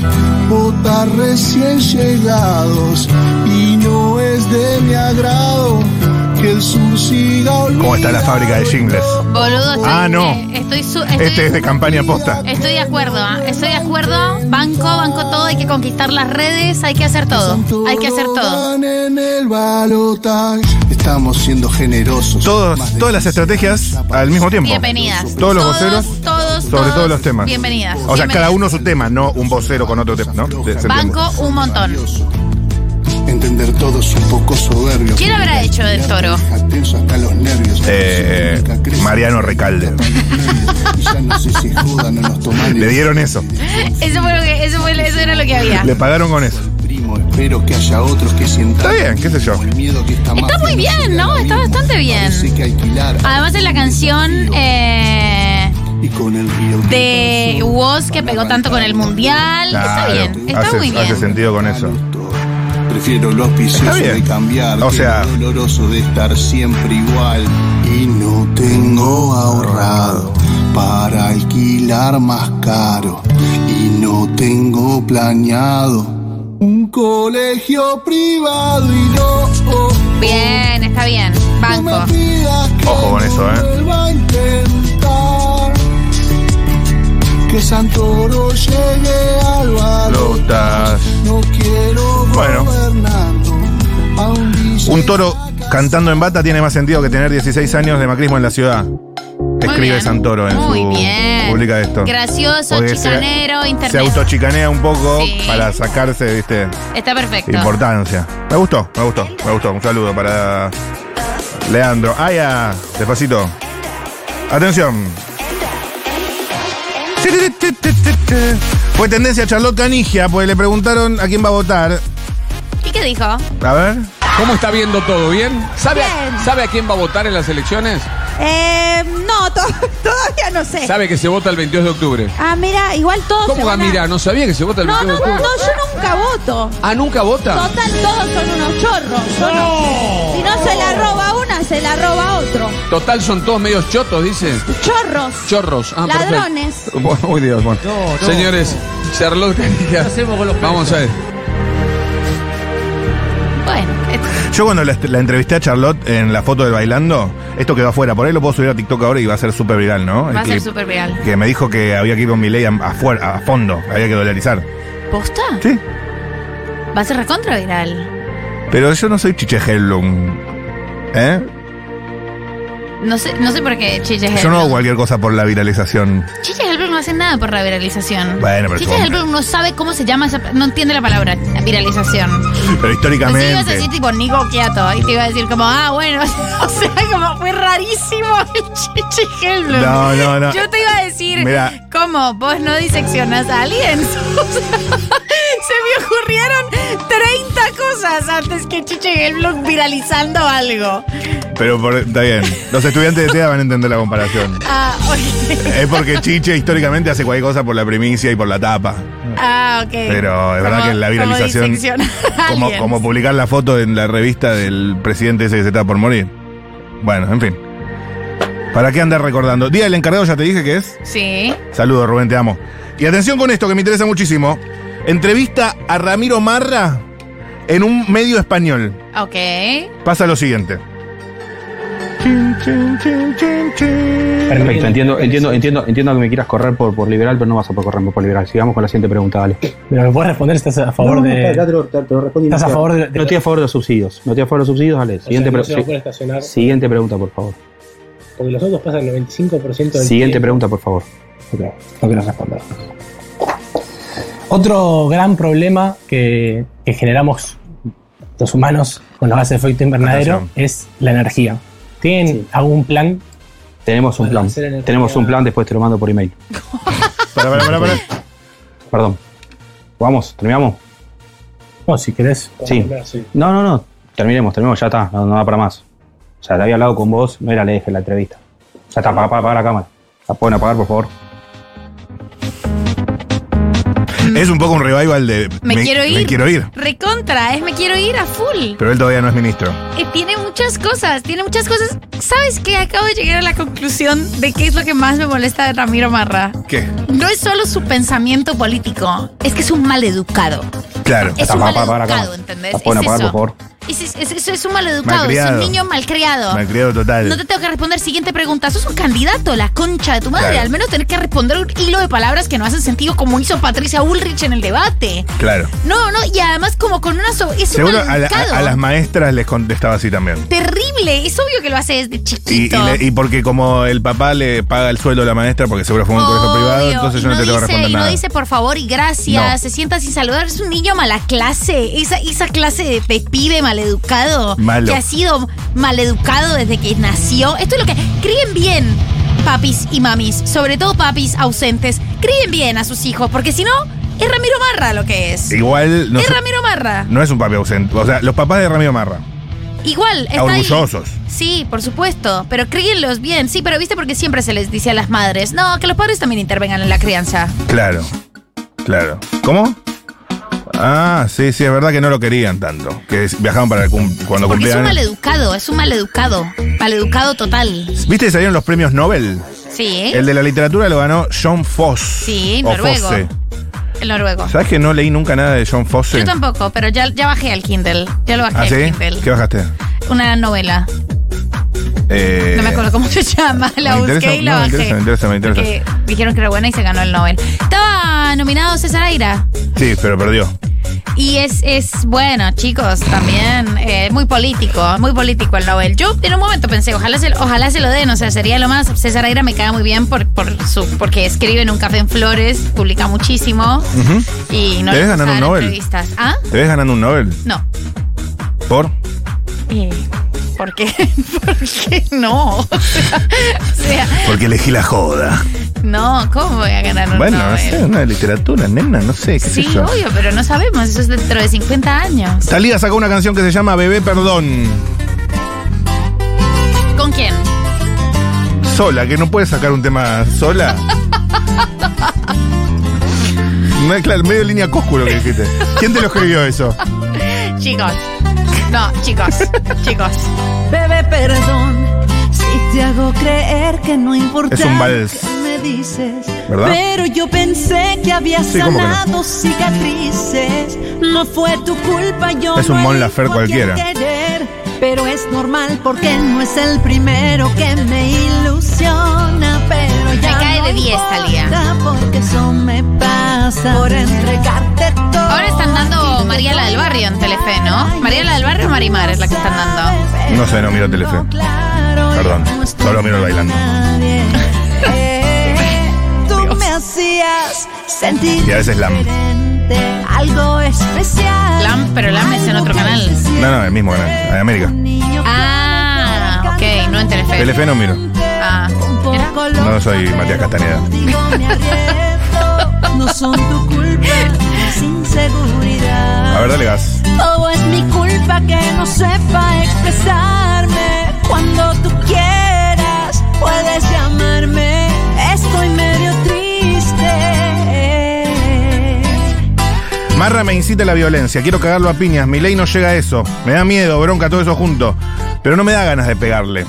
J: votar recién llegados y no es de mi agrado que el sur siga
B: ¿Cómo está la fábrica de jingles?
C: Boludo, estoy,
B: Ah, no.
C: eh, estoy, su- estoy-
B: Este es de campaña posta.
C: estoy de acuerdo, ah, estoy de acuerdo. Banco, banco todo, hay que conquistar las redes, hay que hacer todo. Hay que hacer todo.
J: Gane en el balotaje. Estamos siendo generosos.
B: Todos, todas las estrategias al mismo tiempo.
C: Bienvenidas.
B: Todos los voceros.
C: todos,
B: Sobre todos los temas.
C: Bienvenidas.
B: O sea,
C: Bienvenidas.
B: cada uno su tema, no un vocero con otro tema, ¿no? Se entiende.
C: Banco un montón.
J: Entender todos un poco soberbios.
C: ¿Quién habrá hecho del toro?
J: Deja tenso hasta los nervios.
B: Eh,
J: Nunca crece.
B: Mariano Recalde.
J: Y ya no sé si jodan o nos toman
B: Le
J: el
B: dieron eso.
C: Eso fue lo que, eso fue- eso era lo que había.
B: Le pagaron con eso.
J: primo. Espero que haya otros que
B: Está
J: sientan
B: bien, qué sé yo.
J: el miedo que está
C: Está muy bien, ¿no? Está bastante bien.
J: Parece que alquilar
C: Además de la canción eh,
J: y con el río.
C: de Woz que pegó tanto con el mundial. Está
B: Claro,
C: bien, está
B: hace,
C: muy
B: hace
C: bien.
B: sentido con eso.
E: Prefiero los pisos
B: Está bien.
E: de cambiar.
B: O
E: que
B: sea-
E: lo doloroso de estar siempre igual. Y no tengo ahorrado para alquilar más caro. Y no tengo planeado un colegio privado. Y no. oh,
C: Bien, está bien. Banco.
B: Ojo con eso, ¿eh?
E: vuelva a intentar que Santoro llegue al valor.
B: Lotas.
E: No quiero
B: Bueno.
E: gobernando a un DJ.
B: Un toro cantando en bata tiene más sentido que tener 16 años de macrismo en la ciudad. Escribe
C: bien.
B: Santoro en
C: Muy
B: su
C: bien.
B: publica esto.
C: Gracioso,
B: Porque se-
C: chicanero,
B: Se
C: internet.
B: autochicanea un poco
C: Sí.
B: para sacarse, viste,
C: Está perfecto.
B: importancia. Me gustó, me gustó, me gustó. Un saludo para Leandro. Ah, ya, despacito. Atención. Fue tendencia Charlotte Canigia, pues le preguntaron a quién va a votar.
C: ¿Y qué dijo?
B: A ver.
K: ¿Cómo está viendo todo? ¿Bien? ¿Sabe, A, ¿Sabe a quién va a votar en las elecciones?
L: Eh, no, to- todavía no sé.
K: Sabe que se vota el 22 de octubre.
L: Ah, mira, igual todos. se
K: ¿Cómo va
L: van a-
K: mira? No sabía que se vota el
L: No,
K: 22
L: no,
K: de octubre.
L: no, yo nunca voto.
K: Ah, ¿nunca vota?
L: Total, todos son unos chorros. Yo no. Si no se la roba una, se la roba otro.
K: Total, son todos medios chotos, dice.
L: Chorros.
K: Chorros. Ah, perfecto.
L: Ladrones.
K: Bueno, uy, Dios, bueno. Señores, Charlotte Canilla. Vamos a ver.
C: Bueno, esto-
B: Yo cuando la, la entrevisté a Charlotte en la foto del bailando, esto quedó afuera. Por ahí lo puedo subir a TikTok ahora y va a ser súper viral, ¿no? El
C: va a ser
B: clip.
C: súper viral.
B: Que me dijo que había que ir con mi ley a, a fuer- a fondo, había que dolarizar.
C: ¿Posta?
B: Sí.
C: Va a ser recontra viral.
B: Pero yo no soy Chiche Hellum. ¿Eh?
C: No sé, no sé por qué
B: Yo
C: Chiche Helberg.
B: no hago cualquier cosa por la viralización.
C: Chiche Helberg no hace nada por la viralización.
B: Bueno, pero
C: Chiche
B: tú-
C: Helberg no sabe cómo se llama esa. No entiende la palabra viralización.
B: Pero
C: Pensé que ibas a
B: históricamente.
C: decir tipo Nico Quiato y te iba a decir como, ah, bueno, o sea, como fue rarísimo el Chichi Helblum.
B: No, no, no.
C: Yo te iba a decir,
B: Mirá.
C: ¿cómo vos no diseccionas aliens? O sea, se me ocurrieron 30 cosas antes que Chichi Helblum viralizando algo.
B: Pero por- está bien. Los estudiantes de TEA van a entender la comparación.
C: Ah, ok.
B: Es porque Chiche históricamente hace cualquier cosa por la primicia y por la tapa.
C: Ah, ok.
B: Pero es verdad
C: Como-
B: que la
C: como
B: viralización.
C: diseccionar
B: Como,
C: aliens.
B: como publicar la foto en la revista del presidente ese que se está por morir. Bueno, en fin. ¿Para qué andar recordando? Día del encargado, ya te dije que es.
C: Sí.
B: Saludos, Rubén, te amo. Y atención con esto que me interesa muchísimo. Entrevista a Ramiro Marra en un medio español.
C: Ok.
B: Pasa lo siguiente.
G: Perfecto, entiendo, entiendo, entiendo, entiendo que me quieras correr por, por liberal, pero no vas a poder correrme por liberal. Sigamos con la siguiente pregunta, dale.
D: Pero me puedes responder, estás a favor
G: No, no,
D: de.
G: acá
D: estás a favor de. de-
G: No estoy a favor de los subsidios. No estoy a favor de los subsidios, dale.
D: o sea,
G: Siguiente,
D: que no
G: pre-
D: se va a poder
G: sí-
D: estacionar.
G: siguiente pregunta, por favor.
D: Porque los autos pasan el 95% del
G: Siguiente
D: tiempo.
G: pregunta, por favor.
D: no quiero responder. Otro gran problema que, que generamos los humanos con los gases de efecto invernadero es la energía. ¿Tienen algún plan?
G: Tenemos un
D: Para
G: plan.
D: hacer energía-
G: Tenemos un plan, después te lo mando por email.
B: Para, para, para, para.
G: Perdón. Vamos, terminamos.
D: No, si querés.
G: Sí.
D: Sí.
G: No, no, no. Terminemos, terminemos, ya está. No, no da para más. O sea, te había hablado con vos, no era la eje la entrevista. Ya está, apaga, apaga, apaga la cámara. ¿La pueden apagar, por favor?
B: Es un poco un revival de.
C: Me, quiero ir.
B: Me quiero ir.
C: Recontra, es me quiero ir a full.
B: Pero él todavía no es ministro.
C: Eh, tiene muchas cosas, tiene muchas cosas. ¿Sabes qué? Acabo de llegar a la conclusión de qué es lo que más me molesta de Ramiro Marra.
B: ¿Qué?
C: No es solo su pensamiento político, es que es un maleducado.
B: Claro.
C: Es un maleducado, ¿entendés?
G: ¿La pueden
C: Es
G: apagar,
C: eso.
G: por favor?
C: Es, es, es- es un maleducado,
B: Malcriado.
C: es un niño malcriado.
B: Malcriado total.
C: No te tengo que responder siguiente pregunta. Sos un candidato, la concha de tu madre.
B: Claro.
C: Al menos tenés que responder un hilo de palabras que no hacen sentido como hizo Patricia Ulrich en el debate.
B: Claro.
C: No, no, y además como con una... so- es un
B: Seguro a, la-
C: maleducado.
B: a- a las maestras les contestaba así también.
C: Terrible, es obvio que lo hace desde
B: Y, y
C: chiquito.
B: le- y porque como el papá le paga el sueldo a la maestra porque seguro fue un colegio privado,
C: Obvio,
B: entonces
C: y
B: yo no, te tengo que
C: dice,
B: responder
C: y no
B: nada.
C: dice por favor y gracias,
B: No.
C: se sienta sin saludar, es un niño mala clase, esa, esa clase de, de pibe maleducado
B: Malo.
C: que ha sido maleducado desde que nació. Esto es lo que críen bien papis y mamis, sobre todo papis ausentes, críen bien a sus hijos, porque si no, es Ramiro Marra lo que es.
B: Igual no,
C: es
B: se-
C: Ramiro Marra.
B: no es un papi ausente. O sea, los papás de Ramiro Marra.
C: Igual, está ahí.
B: orgullosos.
C: Sí, por supuesto, pero críenlos bien, sí, pero viste porque siempre se les dice a las madres, no, que los padres también intervengan en la crianza.
B: Claro. Claro. ¿Cómo? Ah, sí, sí, es verdad que no lo querían tanto. Que es- viajaban para el cum- cuando
C: Porque es
B: cumplían.
C: un maleducado, es un maleducado. Maleducado total.
B: ¿Viste que salieron los premios Nobel?
C: Sí,
B: El de la literatura lo ganó John Foss.
C: ¿Eh? Sí,
B: o
C: noruego.
B: Fosse.
C: el noruego.
B: ¿Sabes que no leí nunca nada de John Fosse?
C: Yo tampoco, pero ya, ya bajé al Kindle. Ya lo bajé
B: ¿Ah,
C: al
B: sí?
C: Kindle.
B: ¿Qué bajaste?
C: Una novela.
B: Eh,
C: No me acuerdo cómo se llama. La
B: me
C: busqué
B: interesa,
C: y la
B: no, me
C: bajé.
B: interesa, me interesa, me interesa.
C: Porque dijeron que era buena y se ganó el Nobel. Estaba nominado César Aira.
B: Sí, pero perdió.
C: Y es, es bueno, chicos, también. eh, muy político, muy político el Nobel. Yo en un momento pensé, ojalá se, ojalá se lo den, o sea, sería lo más. César Aira me cae muy bien por, por su, porque escribe en un café en flores, publica muchísimo.
B: Ujú.
C: Y no
B: ¿Te
C: le
B: ves ganando
C: gustaban
B: un Nobel?
C: entrevistas. ¿Ah?
B: ¿Te ves ganando un Nobel?
C: No.
B: ¿Por?
C: Eh, ¿Por qué? ¿Por qué no? O sea, o sea,
B: Porque elegí la joda.
C: no, ¿cómo voy a ganar un
B: bueno, no
C: Nobel?
B: sé, una literatura, nena, no sé, qué
C: Sí,
B: sé yo.
C: obvio, pero no sabemos, eso es dentro de 50 años.
B: Talía sacó una canción que se llama Bebé Perdón.
C: ¿Con quién?
B: Sola, que no puede sacar un tema sola. No es claro, medio línea cósculo que dijiste. ¿Quién te lo escribió eso?
C: Chicos. No, chicos, chicos.
M: Bebé, perdón si te hago creer que no importa
B: Es un vals,
M: lo que me dices.
B: ¿verdad?
M: Pero yo pensé que habías
B: Sí, ¿cómo que no?
M: sanado cicatrices. No fue tu culpa, yo
B: Es un
M: no
B: Mon Laferte
M: elijo a quién
B: cualquiera.
M: querer, pero es normal porque no es el primero que me ilusiona. Pero ya
C: cae
M: no
C: de 10,
M: importa,
C: Thalía.
M: Porque eso me pasa por entregarte todo.
C: Ahora están dando María la del Barrio en Telefe, ¿no? María la del Barrio o Marimar es la que están dando.
B: No sé, no miro Telefe. Perdón, solo miro el bailando.
M: nadie. Eh, Tú me hacías sentir
B: Y a veces Lam.
M: diferente, algo especial.
C: Lam, pero Lam es en otro canal.
B: No, no, el mismo canal, en América.
C: Ah, ok, no en Telefe.
B: Telefe no miro.
C: Ah, mira.
B: No soy Matías Castaneda.
M: No son tu culpa, sin seguridad.
B: A ver, dale gas.
M: Todo es mi culpa que no sepa expresarme. Cuando tú quieras, puedes llamarme. Estoy medio triste.
B: Marra me incita a la violencia, quiero cagarlo a piñas, mi ley no llega a eso. Me da miedo, bronca, todo eso junto. Pero no me da ganas de pegarle,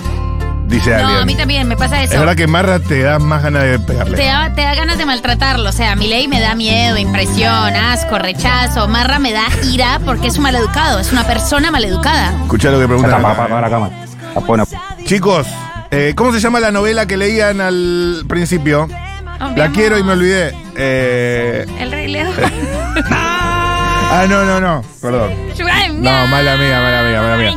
B: dice
C: No, a mí
B: alguien.
C: también me pasa eso.
B: Es verdad que Marra te da más ganas de pegarle.
C: Te da, te da ganas de maltratarlo. O sea, mi ley me da miedo, impresión, asco, rechazo. Marra me da ira porque es un maleducado. Es una persona maleducada.
B: Escuchá lo que preguntan.
N: Está,
B: acá,
N: pa- pa-
B: eh.
G: Ah,
B: Chicos, eh, ¿cómo se llama la novela que leían al principio? La quiero y me olvidé. Eh,
C: Oh, El Rey León.
B: ah, no, no, no, perdón. No, mala mía, mala mía, mala mía.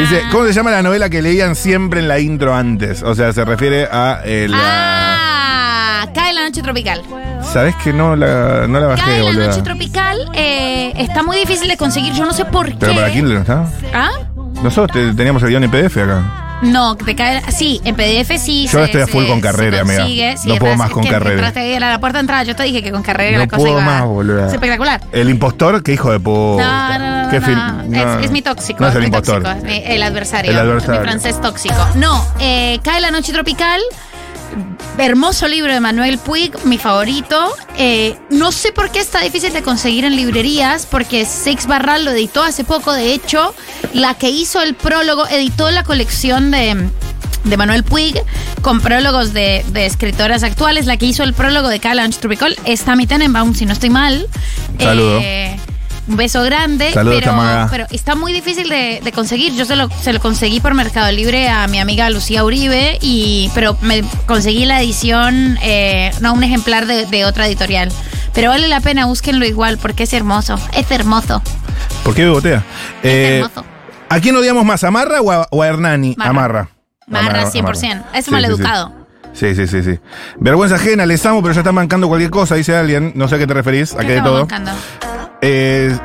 B: Dice, ¿cómo se llama la novela que leían siempre en la intro antes? O sea, se refiere a eh, la...
C: Ah, cae la noche tropical.
B: ¿Sabés que no la, no la bajé,
C: Cae la
B: boludo?
C: noche tropical. eh, está muy difícil de conseguir. Yo no sé por
B: Pero para
C: qué.
B: Kindle, ¿no está?
C: ¿Ah?
B: Nosotros te- teníamos el guión en PDF acá.
C: No, te cae. Sí, en PDF sí.
B: Yo ahora estoy a full con carrera, amiga.
C: consigue,
B: No puedo
C: además
B: más con
C: que
B: carrera.
C: entraste ahí a la puerta de entrada. Yo te dije que con carrera
B: No
C: la cosa
B: puedo
C: iba.
B: más, boluda.
C: Es espectacular.
B: El impostor, qué hijo de puta.
C: No, no, no,
B: Qué
C: no,
B: fil-
C: no.
B: no.
C: Es, es mi tóxico.
B: No es el
C: mi
B: impostor.
C: tóxico, es mi- el adversario.
B: El adversario.
C: Mi francés tóxico. No, eh, Cae la noche tropical. Hermoso libro de Manuel Puig, mi favorito. Eh, no sé por qué está difícil de conseguir en librerías, porque Six Barral lo editó hace poco. De hecho, la que hizo el prólogo editó la colección de, de Manuel Puig con prólogos de, de escritoras actuales. La que hizo el prólogo de Cae la noche tropical es Tammy Tenenbaum, si no estoy mal.
B: Saludo.
C: Eh, un beso grande,
B: Saludos,
C: pero,
B: Tamaga.
C: pero está muy difícil de, de conseguir. Yo se lo, se lo conseguí por Mercado Libre a mi amiga Lucía Uribe, y, pero me conseguí la edición, eh, no un ejemplar de, de otra editorial. Pero vale la pena, búsquenlo igual, porque es hermoso, es hermoso.
B: ¿Por qué bebotea? Eh,
C: hermoso.
B: ¿A quién odiamos más, a Marra o a, o a Hernani?
C: Marra.
B: A Marra.
C: Marra, 100%. Es un maleducado.
B: Sí sí. sí, sí, sí. Vergüenza ajena, les amo, pero ya están bancando cualquier cosa, dice alguien. No sé a qué te referís, a qué de
C: estamos
B: todo.
C: buscando?
B: Eh,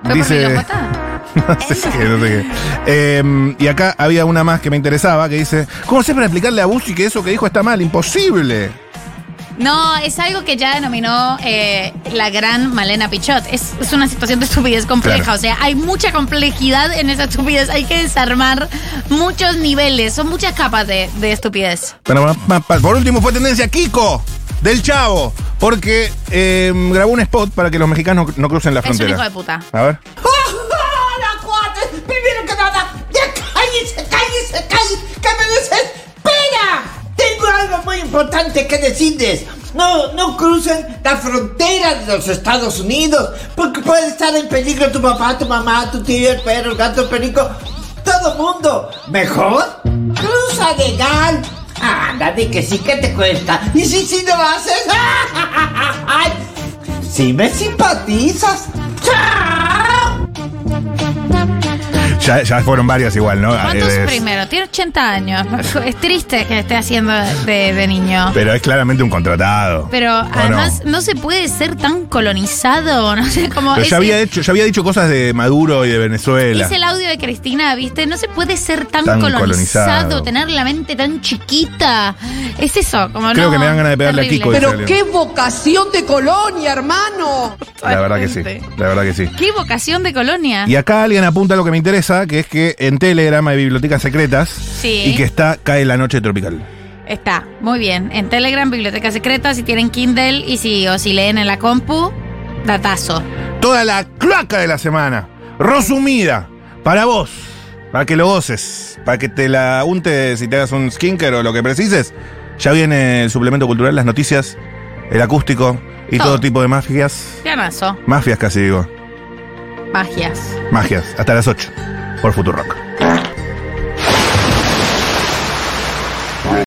C: ¿Fue por mi
B: dice.
C: locota?
B: no sé qué, no sé qué. Eh, y acá había una más que me interesaba que dice: ¿Cómo sé para explicarle a Busti que eso que dijo está mal? Imposible.
C: No, es algo que ya denominó eh, la gran Malena Pichot. Es, es una situación de estupidez compleja.
B: Claro.
C: O sea, hay mucha complejidad en esa estupidez. Hay que desarmar muchos niveles. Son muchas capas de, de estupidez.
B: Bueno, pa- pa- pa- Por último fue tendencia Kiko del Chavo. Porque eh, grabó un spot para que los mexicanos no crucen la
C: Es un
B: frontera.
C: hijo de puta.
B: A ver.
M: ¡Hola, cuates! ¡Primero que nada! ¡Ya cállese, cállese, cállese! ¡Que me desespera! Tengo algo muy importante que decirles. No, no crucen la frontera de los Estados Unidos, porque puede estar en peligro tu papá, tu mamá, tu tío, el perro, el gato, el perico, todo mundo. Mejor, cruza legal. Anda, de que sí que te cuesta. Y si sí lo haces, ¡ay! si me simpatizas.
B: Ya, ya fueron varias igual, ¿no?
C: ¿Cuántos
B: Eh, es-
C: primero? Tiene 80 años. Es triste que esté haciendo de, de niño.
B: pero es claramente un contratado.
C: Pero
B: no?
C: además no? se puede ser tan colonizado, no sé cómo
B: Pero
C: es,
B: ya había, hecho, ya había dicho cosas de Maduro y de Venezuela.
C: es el audio de Cristina, ¿viste? No se puede ser tan,
B: Tan
C: colonizado,
B: colonizado.
C: tener la mente tan chiquita. Es eso, como
B: Creo
C: no,
B: que me dan ganas de pegarle a
C: terrible.
B: Kiko de Pero Salió. qué
C: vocación de colonia, hermano.
B: La verdad que sí. La verdad que sí.
C: Qué vocación de colonia.
B: Y acá alguien apunta lo que me interesa, que es que en Telegram hay bibliotecas secretas
C: Sí.
B: y que está Cae la Noche Tropical.
C: Está, muy bien. En Telegram, Biblioteca Secreta, si tienen Kindle y si, o si leen en la compu, datazo.
B: Toda la cloaca de la semana, resumida, para vos, para que lo goces, para que te la untes y te hagas un skinker o lo que precises. Ya viene el suplemento cultural, las noticias, el acústico y
C: Todo.
B: todo tipo de mafias.
C: Planazo,
B: Mafias casi digo.
C: magias.
B: Magias. Hasta las 8 por Futurock.